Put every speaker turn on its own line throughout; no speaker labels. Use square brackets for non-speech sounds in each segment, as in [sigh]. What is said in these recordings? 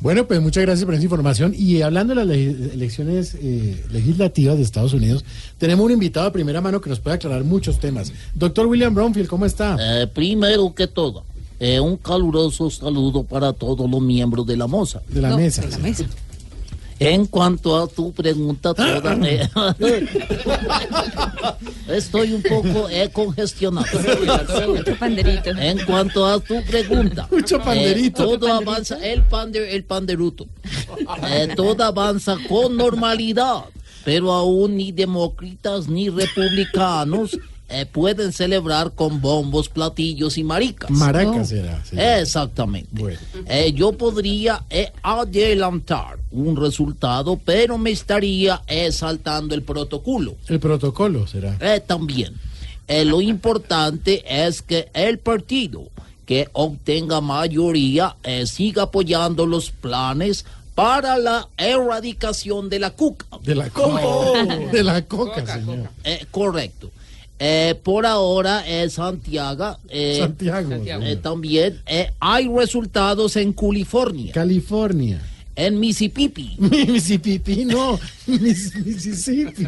Bueno, pues muchas gracias por esa información. Y hablando de las le- elecciones eh, legislativas de Estados Unidos, tenemos un invitado de primera mano que nos puede aclarar muchos temas. Doctor William Brownfield, ¿cómo está?
Eh, primero que todo, eh, un caluroso saludo para todos los miembros de la moza.
De la
No,
mesa.
de la mesa.
En cuanto a tu
Ah,
pregunta toda,
[laughs]
eh, estoy un poco eh, congestionado.
Otro panderito.
En cuanto a tu pregunta, eh,
Mucho panderito.
todo avanza, el, pander, el panderuto, Eh, todo avanza con normalidad, pero aún ni demócritas ni republicanos eh, pueden celebrar con bombos, platillos y maricas.
Maraca será. sí.
Exactamente.
Bueno.
Eh, yo podría eh, adelantar un resultado, pero me estaría eh, saltando el protocolo.
El protocolo será.
Eh, también. Eh, lo importante es que el partido que obtenga mayoría eh, siga apoyando los planes para la erradicación de la cuca.
De la coca. De la coca, señor.
Eh, correcto. Eh, por ahora, eh, Santiago, eh,
Santiago.
eh,
señor.
también eh, hay resultados en California.
California. [laughs]
en [laughs] Mississippi.
Mississippi, no. Mis- Mississippi.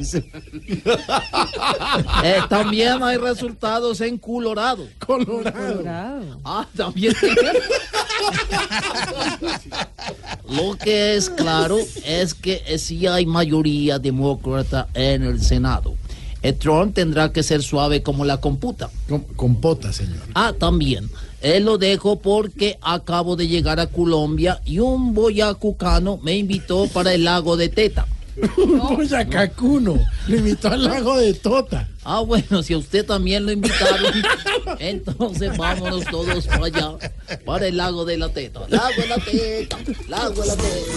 Eh, también hay resultados en Colorado.
Colorado.
Ah, también. [laughs] Lo que es claro es que eh, sí hay mayoría demócrata en el Senado. Eh, Trump tendrá que ser suave como la computa.
Con, con pota, señor.
Ah, también. Eh, lo dejo porque acabo de llegar a Colombia y un boyacucano me invitó para el lago de Teta.
Un [laughs] boyacacuno. Lo invitó al lago de Tota.
Ah, bueno, si a usted también lo invitaron, [laughs] entonces vámonos todos para allá, para el lago de la teta. Lago de la teta, lago de la teta.